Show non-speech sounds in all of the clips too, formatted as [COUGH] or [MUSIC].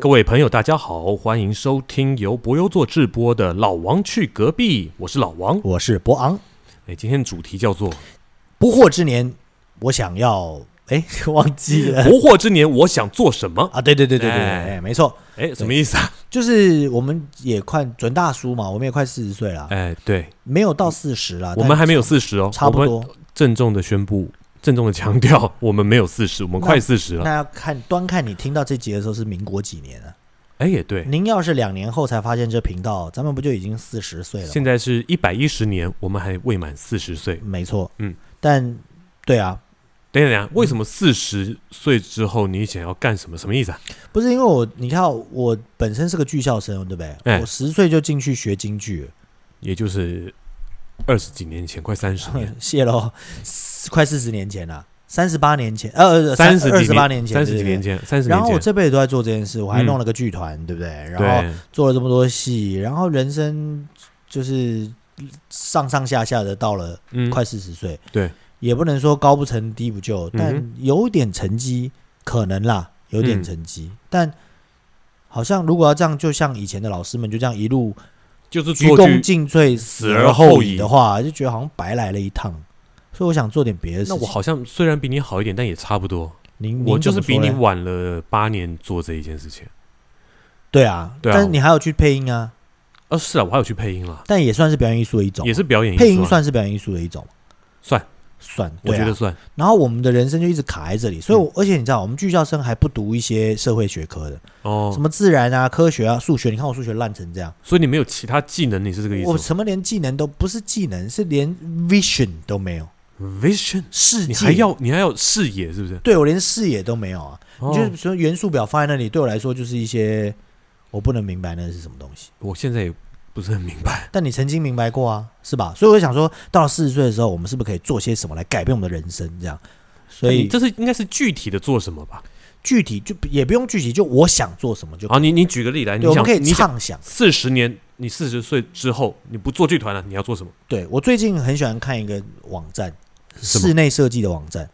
各位朋友，大家好，欢迎收听由博优做直播的《老王去隔壁》，我是老王。我是博昂。哎，今天的主题叫 [LAUGHS] 做不惑之年，我想要哎， [LAUGHS] 忘记“了不惑之年，我想做什么啊！对对对对对，哎哎，没错，”？哎，什么意思啊？就是我们也快准大叔嘛，我们也快四十岁了，哎，对，没有到四十啦，我们但还没有四十哦，啊差不我们多。郑重的宣布，郑重的强调，我们没有四十，我们那快四十了。那要看端看你听到这集的时候是民国几年啊？哎，也对，您要是两年后才发现这频道，咱们不就已经四十岁了吗？现在是一百一十年，我们还未满四十岁。没错，嗯，但对啊，等一下等一下，为什么四十岁之后你想要干什么？什么意思啊？不是因为我，你看我本身是个剧校生，对不对？哎我十岁就进去学京剧了，，也就是二十几年前，快三十年 [LAUGHS] 谢喽，快四十年前了、三十八年前，呃，三十二几十八年前，三十几对对年前，三十然年后我前，这辈子都在做这件事，我还嗯弄了个剧团，对不对？然后对，做了这么多戏，然后人生就是上上下下的到了嗯，快四十岁，对，也不能说高不成低不就，但嗯有点成绩可能啦，有点嗯成绩，但好像如果要这样，就像以前的老师们就这样一路就是鞠做躬剧。尽死瘁，死而而后后已已的话，就觉得好像白来了一趟。所以我想做点别的事那情。我好像虽然比你好一点，但也差不多。您，我您就怎是么比说你嘞晚了八年做这一件事情。对啊，对啊但是你还有去配音啊，哦，是啊，我还有去配音啦，但也算是表演艺术的一种，也是表演艺术啊配音算是表演艺术的一种吗，算，算，我对啊觉得嗯算。然后我们的人生就一直卡在这里，所以我、而且你知道，我们剧校生还不读一些社会学科的，什哦，么自然啊、科学啊、数学，你看我数学烂成这样，所以你没有其他技能，你是这个意思我吗什么连技能都不是技能，是连 vision 都没有， ？Vision，世界你还要你还要视野是不是？对我连视野都没有啊，哦你就是说元素表放在那里，对我来说就是一些我不能明白那是什么东西。我现在也不是很明白。但你曾经明白过啊，是吧？所以我想说，到了四十岁的时候，我们是不是可以做些什么来改变我们的人生？这样，所你以这是应该是具体的做什么吧？啊具体就也不用具体，就我想做什么就可以好，你你举个例来，你对，我想们可以你想畅想。四十年，你四十岁之后你不做剧团了，你要做什么？对我最近很喜欢看一个网站，什么室内设计的网站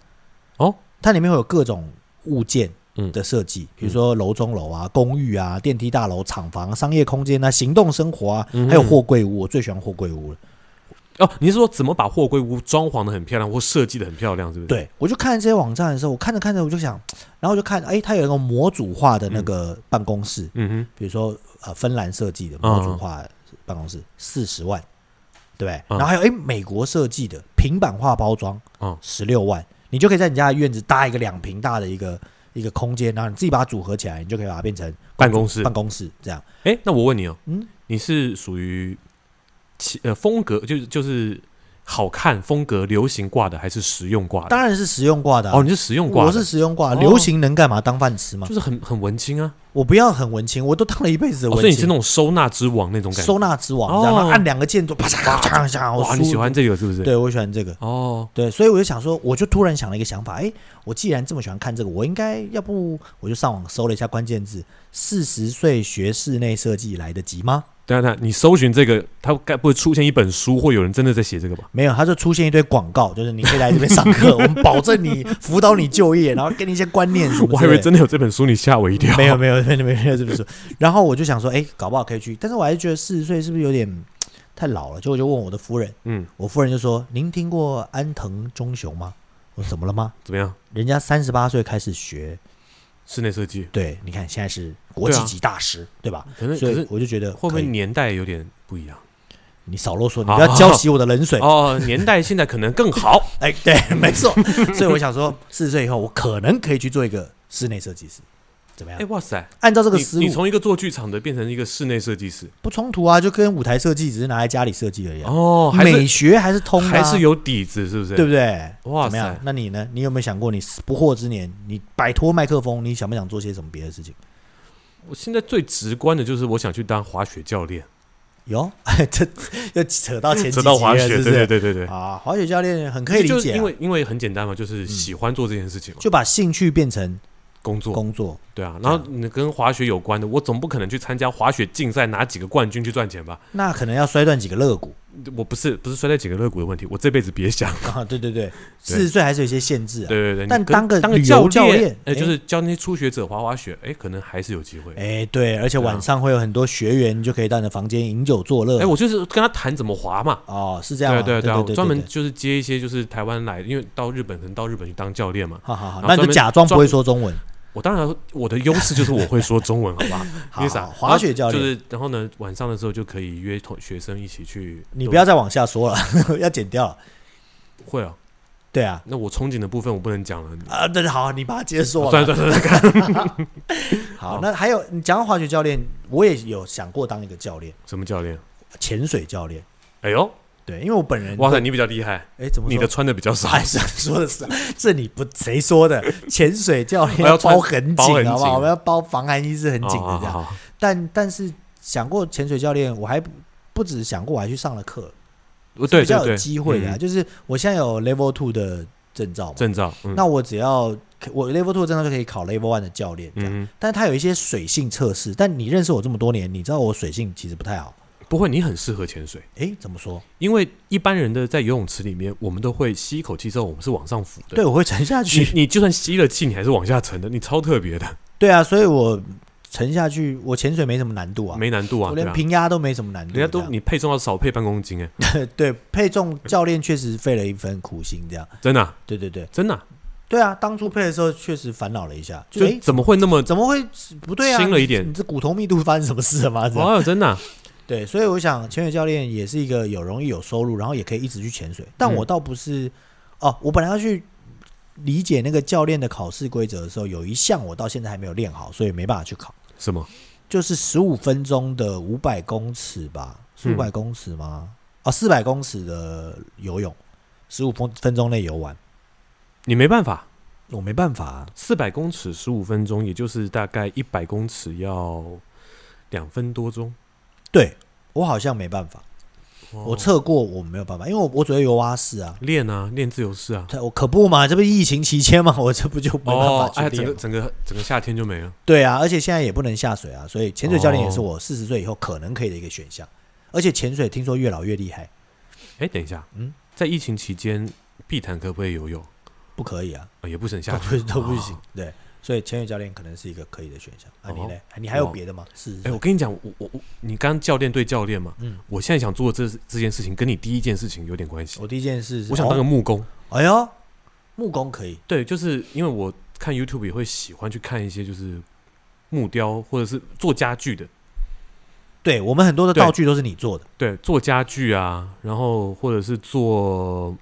哦，它里面会有各种物件嗯的设计，比如说楼中楼啊、公寓啊、电梯大楼、厂房、商业空间啊、行动生活啊，嗯还有货柜屋，我最喜欢货柜屋了。哦，你是说怎么把货柜屋装潢的很漂亮，或设计的很漂亮，是不是？，对，我就看这些网站的时候，我看着看着我就想，然后我就看，哎，它有一个模组化的那个办公室，嗯比如说呃芬兰设计的嗯模组化办公室四十万，对不对？嗯然后还有哎美国设计的平板化包装嗯，十六万，你就可以在你家的院子搭一个两平大的一个一个空间，然后你自己把它组合起来，你就可以把它变成哼，办公室。办公室这样。哎，那我问你哦，嗯你是属于其呃风格，就是就是好看风格流行挂的，还是实用挂的？当然是实用挂的啊、哦，你是实用挂的，我是实用挂，哦流行能干嘛当饭吃嘛？就是很很文青啊，我不要很文青，我都当了一辈子的哦文所青。以你是那种收纳之王那种感觉。收纳之王，这样哦然后按两个键就啪嚓啪嚓啪嚓，我哇，输你喜欢？这个是不是？，对，我喜欢这个。哦，对，所以我就想说，我就突然想了一个想法，哎，我既然这么喜欢看这个，我应该要不我就上网搜了一下关键字“四十岁学室内设计来得及吗等一下等一下，你搜寻这个，它该不会出现一本书，或有人真的在写这个吧？”？没有，它就出现一堆广告，就是你可以来这边上 [LAUGHS] 课，我们保证你辅导你就业，然后给你一些观念什么之类的。我还以为真的有这本书，你吓我一跳。没有没有没有没有没有这么说。然后我就想说，哎，搞不好可以去，但是我还是觉得四十岁是不是有点嘖太老了？就我就问我的夫人，嗯，我夫人就说：“您听过安藤忠雄吗？”我说：“怎么了吗？怎么样？人家三十八岁开始学，室内设计，对，你看现在是国际对啊级大师，对吧？可是所可以是我就觉得会不会可以年代有点不一样？你少啰嗦，你啊不 [LAUGHS] 要浇熄我的冷水。哦，年代现在可能更好。哎，对，没错。 [LAUGHS] 所以我想说，四十岁以后，我可能可以去做一个室内设计师，怎么样哎，？哇塞，按照这个你思你路从一个做剧场的变成一个室内设计师，不冲突啊，就跟舞台设计只是拿来家里设计而已啊、哦，还美是学还是通的啊、还是有底子，是不是？对不对？哇怎么样塞？那你呢？你有没有想过，你不惑之年，你摆脱麦克风，你想不想做些什么别的事情？我现在最直观的就是我想去当滑雪教练，有， [LAUGHS] 这又扯到前几知道滑雪，集了是不对对是？对对对，啊，滑雪教练很可以就理是解啊、嗯因为因为很简单嘛，就是喜欢做这件事情嘛，就把兴趣变成工作工作，对啊，然后你跟滑雪有关的，我总不可能去参加滑雪竞赛拿几个冠军去赚钱吧？那可能要摔断几个肋骨 [LAUGHS] 我不是不是摔在几个肋骨的问题，我这辈子别想。啊！对对对，四十岁还是有一些限制啊。对对对，你但跟当个当个旅教游教练哎，哎就是教那些初学者滑滑雪，哎，可能还是有机会。哎，对，而且对啊晚上会有很多学员，你就可以到你的房间饮酒作乐。哎，我就是跟他谈怎么滑嘛。哦，是这样啊，对对对啊，我对，专门对，就是接一些就是台湾来，因为到日本可能到日本去当教练嘛。好好好，然后那啊专你就门假装不专会说中文，我当然我的优势就是我会说中文，好吧？ [LAUGHS] 好因为啥好滑雪教练就是，然后呢，晚上的时候就可以约同学生一起去。你不要再往下说了， [LAUGHS] 要剪掉了。会啊？对啊，那我憧憬的部分我不能讲了。啊，那好，你把它接受算了。了算了算了，好，那还有你讲到滑雪教练，我也有想过当一个教练，什么教练？潜水教练。哎呦，对，因为我本人，哇塞，你比较厉害，哎，怎么你说的穿的比较少，还是啊 [LAUGHS] 说的是，这你不谁说的？潜水教练 [LAUGHS] 我要穿包很包很紧，好不紧好？我们要包防寒衣是很紧的这哦。样。好好但但是想过潜水教练，我还不不止想过，我还去上了课，好对比对较有对，机会的啊。嗯就是我现在有 Level Two 的证照嘛，证照。嗯那我只要我 Level Two 的证照就可以考 Level One 的教练这样。嗯，但它有一些水性测试，但你认识我这么多年，你知道我水性其实不太好。不会，你很适合潜水，诶，怎么说？因为一般人的在游泳池里面，我们都会吸一口气之后，我们是往上浮的。对，我会沉下去。 [LAUGHS] 你你就算吸了气，你还是往下沉的，你超特别的，对啊，所以我沉下去，我潜水没什么难度啊，没难度啊，我对连啊。平压都没什么难度。人家都这样你配重要少配半公斤哎、 [LAUGHS] 对配重教练确实费了一番苦心，这样。真的啊、对对对真的啊、对啊，当初配的时候确实烦恼了一下， [LAUGHS] 就哎就诶，怎么会那么怎么会不对啊？轻了一点你这骨头密度发生什么事了吗？这样哦，真的啊、对，所以我想潜水教练也是一个有容易有收入，然后也可以一直去潜水。但我倒不是、哦，我本来要去理解那个教练的考试规则的时候，有一项我到现在还没有练好，所以没办法去考，什么？就是十五分钟的五百公尺吧，是五百公尺吗？啊、四百公尺的游泳，十五分分钟内游完，你没办法，我没办法、啊。四百公尺十五分钟，也就是大概一百公尺要两分多钟。对我好像没办法，哦我测过我没有办法，因为我我只会游蛙式啊。练啊，练自由式啊。这我可不嘛，这不疫情期间嘛，我这不就没办法哦，去哎，练整个整嘛、个整个夏天就没了。对啊，而且现在也不能下水啊，所以潜水教练也是哦我四十岁以后可能可以的一个选项。而且潜水听说越老越厉害，哎，等一下，嗯在疫情期间，碧潭可不可以游泳？不可以啊，呃也不省都下不去，都不行哦。。对，所以潜水教练可能是一个可以的选项。啊，你哦嘞？你还有哇别的吗？是，哎，我跟你讲，我我我，你刚刚教练对教练嘛，嗯我现在想做的这这件事情跟你第一件事情有点关系。我第一件事是，我想当个哦木工，哎呦，木工可以，对，就是因为我看 YouTube 也会喜欢去看一些就是木雕或者是做家具的，对我们很多的对道具都是你做的，对，做家具啊，然后或者是做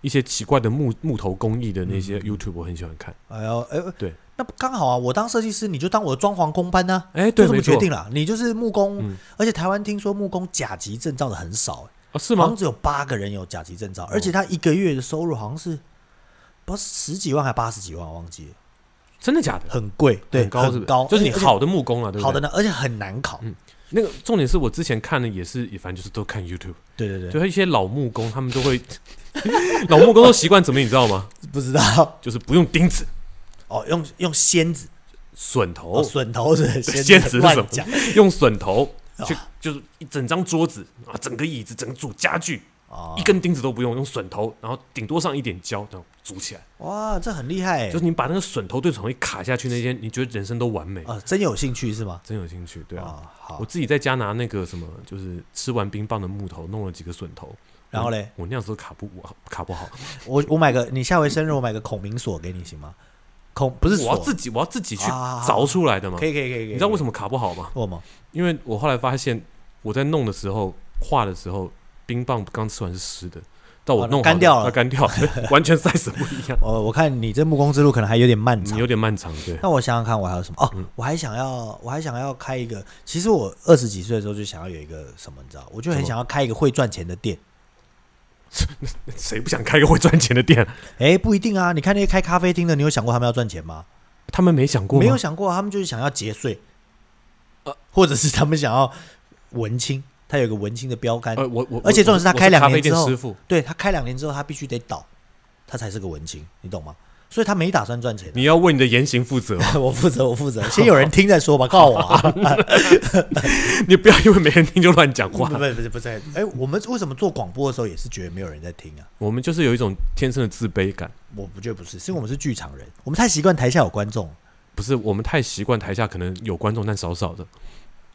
一些奇怪的木木头工艺的那些嗯 YouTube，我很喜欢看。哎呦，哎呦，对，那不刚好啊，我当设计师，你就当我的装潢工班呢、哎，就对，这没么错决定了，你就是木工，嗯而且台湾听说木工甲级证照的很少、哦，是好像吗？哦只有八个人有甲级证照，而且他一个月的收入好像是不知道十几万还八十几万，我忘记了，真的假的？很贵，对，很高是不很是高，就是你而且好的木工啊了，对不对？好的。呢，而且很难考，嗯那个重点是我之前看的也是，也反正就是都看 YouTube，对对对，就一些老木工，他们都会 [LAUGHS] 老木工都习惯怎么，你知道吗？不知道 [LAUGHS] 就是不用钉子、哦，用用仙子榫头哦，、笋头 [LAUGHS] 是仙子是子什乱么讲用榫头啊去，就是一整张桌子啊，整个椅子、整组家具，哦一根钉子都不用，用榫头，然后顶多上一点胶，然后组起来。哇，这很厉害欸就是你把那个榫头对准，会卡下去那些，你觉得人生都完美，啊，真有兴趣是吗？真有兴趣。对啊，啊，好我，自己在家拿那个什么，就是吃完冰棒的木头，弄了几个榫头，然后嘞，我那样子都卡不卡不好。我我买个，你下回生日我买个孔明锁给你行吗？孔不是我要锁，自己，我要自己去啊凿出来的嘛可。以可以可以，你知道为什么么卡不好吗？我吗？因为我后来发现，我在弄的时候，画的时候，冰棒刚吃完是湿的，到我哦弄好干掉了它干掉，完全 size 不一 [LAUGHS] 样，哦，我看你这木工之路可能还有点漫长你。有点漫长，对。那我想想看，我还有什么？哦，嗯我还想要，我还想要开一个。其实我二十几岁的时候就想要有一个什么，你知道，我就什很么想要开一个会赚钱的店。谁不想开个会赚钱的店？哎，不一定啊。你看那些开咖啡厅的，你有想过他们要赚钱吗？他们没想过吗？没有想过啊，他们就是想要节税，或者是他们想要文青，他有一个文青的标杆。呃，我我，而且我重点是他我开两咖啡年之店后师傅对他开两年之后，他必须得倒，他才是个文青，你懂吗？所以他没打算赚钱。你要为你的言行负责，哦 [LAUGHS] 我负责，我负责。先有人听再说吧，告我、啊。你不要因为没人听就乱讲不话 [LAUGHS] 不。不是不是，哎，我们为什么做广播的时候也是觉得没有人在听啊？我们就是有一种天生的自卑感，我不觉得不是，是因为我们是剧场人，我们太习惯台下有观众。不是我们太习惯台下可能有观众，但少少的，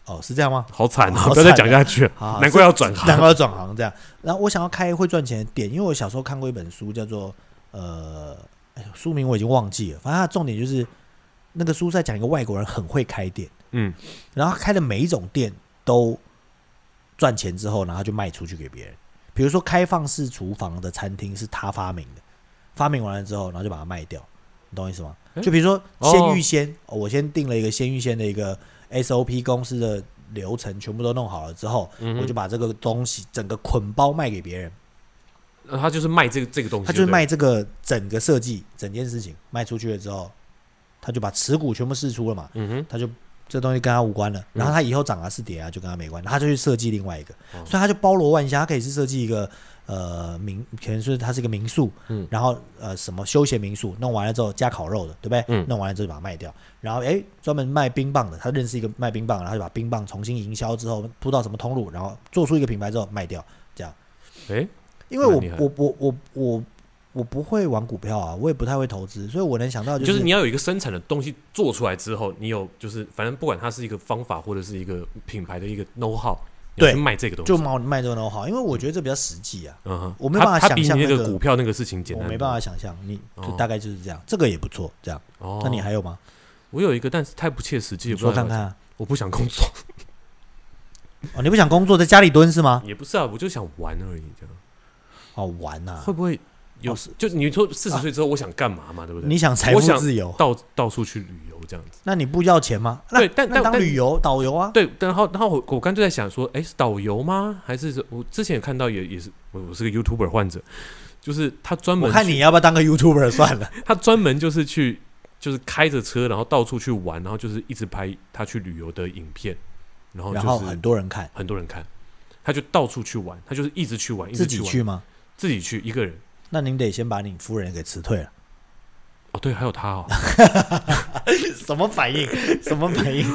哦，是这样吗？好惨啊！好不要再惨讲下去了好，好难怪要转行难。怪要转行这样。然后我想要开会赚钱的点，因为我小时候看过一本书，叫做呃，哎呦书名我已经忘记了，反正它的重点就是那个书在讲一个外国人很会开店，嗯，然后他开的每一种店都赚钱之后，然后他就卖出去给别人。比如说开放式厨房的餐厅是他发明的，发明完了之后，然后就把它卖掉，你懂我意思吗？诶就比如说哦鲜芋仙，哦我先定了一个鲜芋仙的一个 SOP 公司的流程，全部都弄好了之后，嗯哼我就把这个东西整个捆包卖给别人，呃他就是卖这个这个东西，他就是对卖这个整个设计整件事情卖出去了之后，他就把持股全部释出了嘛，不对，嗯哼，嗯他就这东西跟他无关了。然后他以后涨啊是跌啊就跟他没关，他就去设计另外一个，哦所以他就包罗万象，他可以是设计一个呃民，可能是他是一个民宿，嗯然后呃什么休闲民宿，弄完了之后加烤肉的，对不对？嗯弄完了之后就把它卖掉，然后诶专门卖冰棒的，他认识一个卖冰棒的，然后就把冰棒重新营销之后铺到什么通路，然后做出一个品牌之后卖掉，这样。诶，因为我蛮厉害我我我我我不会玩股票啊，我也不太会投资，所以我能想到就是你要有一个生产的东西做出来之后，你有就是反正不管它是一个方法或者是一个品牌的一个 know how，你要对去卖这个东西就。猫卖这个 know 好，因为我觉得这比较实际啊。嗯哼，我没办法它它比想象你那那个个股票那个事情简我单，没办法。想象，你就哦大概就是这样，这个也不错，这样。哦，那你还有吗？我有一个，但是太不切实际，你不知道说怎看么看讲啊。我不想工作，哦，你不想工作，在家里蹲是吗？也不是啊，我就想玩而已，这样好玩呐会，不会有？啊哦就是你说四十岁之后我想干嘛嘛，对不对？你想财我富想自由，到到处去旅游这样子，那你不要钱吗？那对，但那但当但旅游导游啊，对，然后然后我我刚就在想说，哎，是导游吗？还是我之前也看到也也是我我是个 YouTuber 患者，就是他专门我看去你要不要当个 YouTuber 算了。他专门就是去就是开着车，然后到处去玩，然后就是一直拍他去旅游的影片，然后哦然就后是很多人看，很多人看，他就到处去玩，他就是一直去玩，一自直去己玩，去吗？自己去一个人。那您得先把你夫人给辞退了。哦，对，还有他哦， [LAUGHS] 什么反应？什么反应？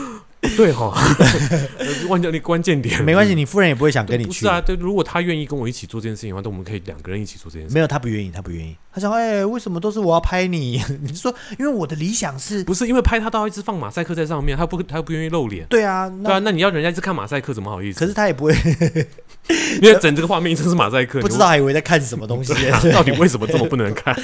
对哈、哦， [LAUGHS] 忘掉那关键点了， [LAUGHS] 没关系，你夫人也不会想跟你不去是。啊，对，如果他愿意跟我一起做这件事情的话，那我们可以两个人一起做这件事。没有，他不愿意，他不愿意。他想，哎、为什么都是我要拍你？ [LAUGHS] 你说，因为我的理想是，不是因为拍他到一直放马赛克在上面，他不他不愿意露脸。对啊，对啊，那那你要人家一直看马赛克，怎么好意思？可是他也不会，因为整这个画面一直是马赛克，不你知道还以为在看什么东西。问 [LAUGHS] 到底为什么这么不能看？ [LAUGHS]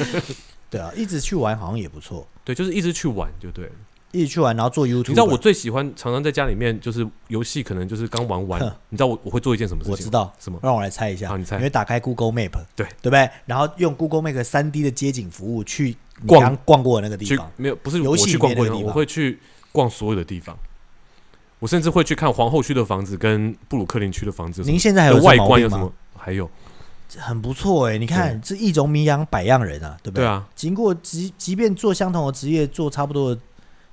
对啊，一直去玩好像也不错，对，就是一直去玩就对了。一直去玩，然后做 YouTube。你你知道我最喜欢常常在家里面就是游戏，可能就是刚玩完哼，你知道我我会做一件什么事情？我知，道，什么？让我来猜一下，好你猜会打开 Google Map，对对不对？然后用 Google Map 三 D 的街景服务去你逛刚逛过的那个地去方。没有不是游我戏里去逛面过那的地个地方，我方会去逛所有的地方，我甚至会去看皇后区的房子跟布鲁克林区的房子，您现在还的有这外毛观有病什吗么？？还有，很不错哎、你看这一种米养百样人啊，对不对啊，经过即即便做相同的职业，做差不多的，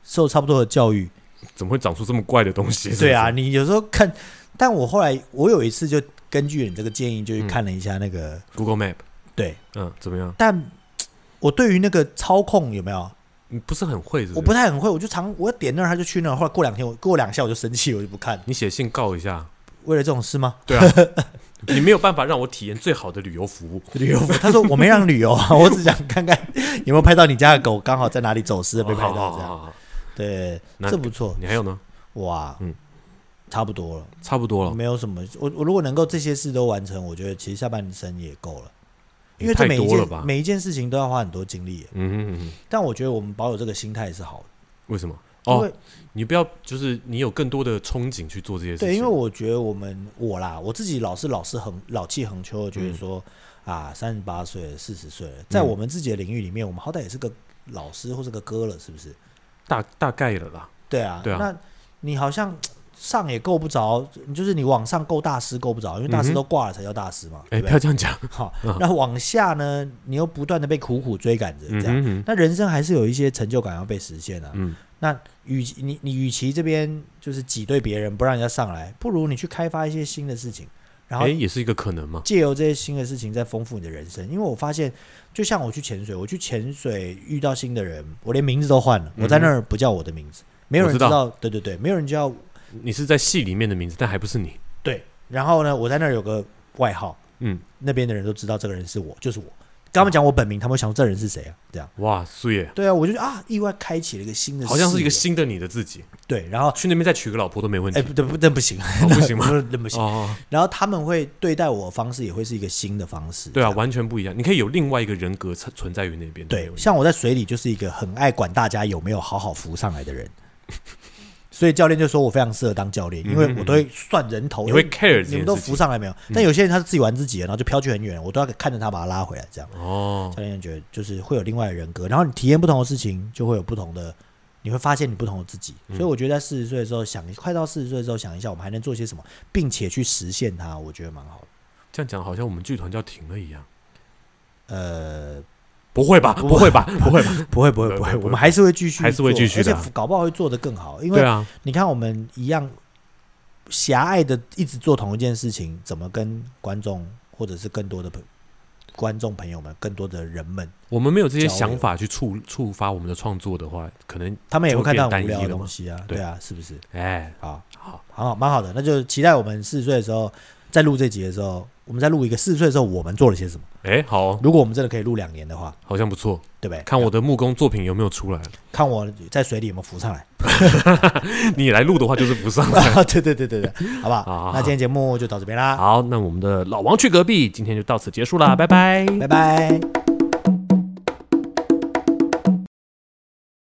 受差不多的教育，怎么会长出这么怪的东西？是不是对啊，，你有时候看，但我后来我有一次就根据你这个建议，就去嗯看了一下那个， [LAUGHS] Google Map，对，嗯，怎么样？但我对于那个操控有没有，你不是很会是我不不是？太很会，我就常我点那儿他就去那儿，后来过两天我过两下我就生气，我就不看。你写信告一下，为了这种事吗？对啊， [LAUGHS] 你没有办法让我体验最好的旅游服务。旅游，他说我没让旅游 [LAUGHS] 啊，我只想看看有没有拍到你家的狗刚好在哪里走失被拍哦好到好这好样。好好对，那这不错，你还有呢？哇，嗯哦差不多了。差不多了，没有什么，我我如果能够这些事都完成，我觉得其实下半生也够了，也因为这太每一多了件吧？每一件事情都要花很多精力耶。嗯哼嗯哼，但我觉得我们保有这个心态也是好的，为什么？因哦为，你不要，就是你有更多的憧憬去做这些事情。对，因为我觉得我们我啦，我自己老是老是横老气横秋，觉得说、啊，三十八岁了，四十岁了，在嗯我们自己的领域里面，我们好歹也是个老师或是个哥了，是不是？大大概了啦，对啊，对啊那你好像上也够不着，就是你往上够大师够不着，因为大师嗯哼都挂了才叫大师嘛，哎，对不不要对？这样讲，好嗯，那往下呢，你又不断的被苦苦追赶着，嗯这样，哼哼，那人生还是有一些成就感要被实现啊。嗯，那与其你你与其这边就是挤兑别人不让人家上来，不如你去开发一些新的事情，然后哎，也是一个可能嘛。借由这些新的事情在丰富你的人生。因为我发现，就像我去潜水，我去潜水遇到新的人，我连名字都换了，我在那儿不叫我的名字，没有人嗯我知道对对对，没有人叫你是在戏里面的名字，但还不是你。对。然后呢，我在那儿有个外号，嗯，那边的人都知道这个人是我，就是我。跟他们讲我本名，他们会想说这人是谁啊？这样哇，素耶，对啊，我就觉得啊，意外开启了一个新的视野，好像是一个新的你的自己。对。然后去那边再娶个老婆都没问题哎，。不对不对，不行，哦不 [LAUGHS] 行吗那那不行。哦，然后他们会对待我的方式也会是一个新的方式，对这啊，样完全不一样。你可以有另外一个人格存存在于那边。没对问，题像我在水里就是一个很爱管大家有没有好好浮上来的人，所以教练就说我非常适合当教练，因嗯为我都会算人头，你会哎 care 这你们件都事浮情。上来没有？但有些人他是自己玩自己的，然后就飘去很远，我都要看着他把他拉回来，这样哦，教练觉得就是会有另外的人格，然后你体验不同的事情，就会有不同的。你会发现你不同的自己，嗯所以我觉得在四十岁的时候想，快到四十岁的时候想一下，我们还能做些什么，并且去实现它，我觉得蛮好的。这样讲好像我们剧团就要停了一样。呃，不会吧？不会吧？ [LAUGHS] 不会吧？不会不会对对不会，不会我们还是会继续做，还是会继续的啊而且搞不好会做得更好，因对为啊，你看我们一样狭隘的一直做同一件事情，怎么跟观众或者是更多的朋观众朋友们、更多的人们，我们没有这些交流想法去触触发我们的创作的话，可能他们也会看到很就会无变聊单一的了嘛东西啊，对对啊，是不是？哎，好，好，好，蛮好的，那就期待我们四十岁的时候，在录这集的时候，我们在录一个四十岁的时候，我们做了些什么？哎，好哦，如果我们真的可以录两年的话，好像不错。对不对？看我的木工作品有没有出 [LAUGHS] 来？看我在水里有没有浮上来。 [LAUGHS] 你来录的话就是不上来。啊，对对对对对， [LAUGHS] 好不好好好？那今天节目就到这边啦，好，那我们的老王去隔壁今天就到此结束啦，拜拜。拜拜。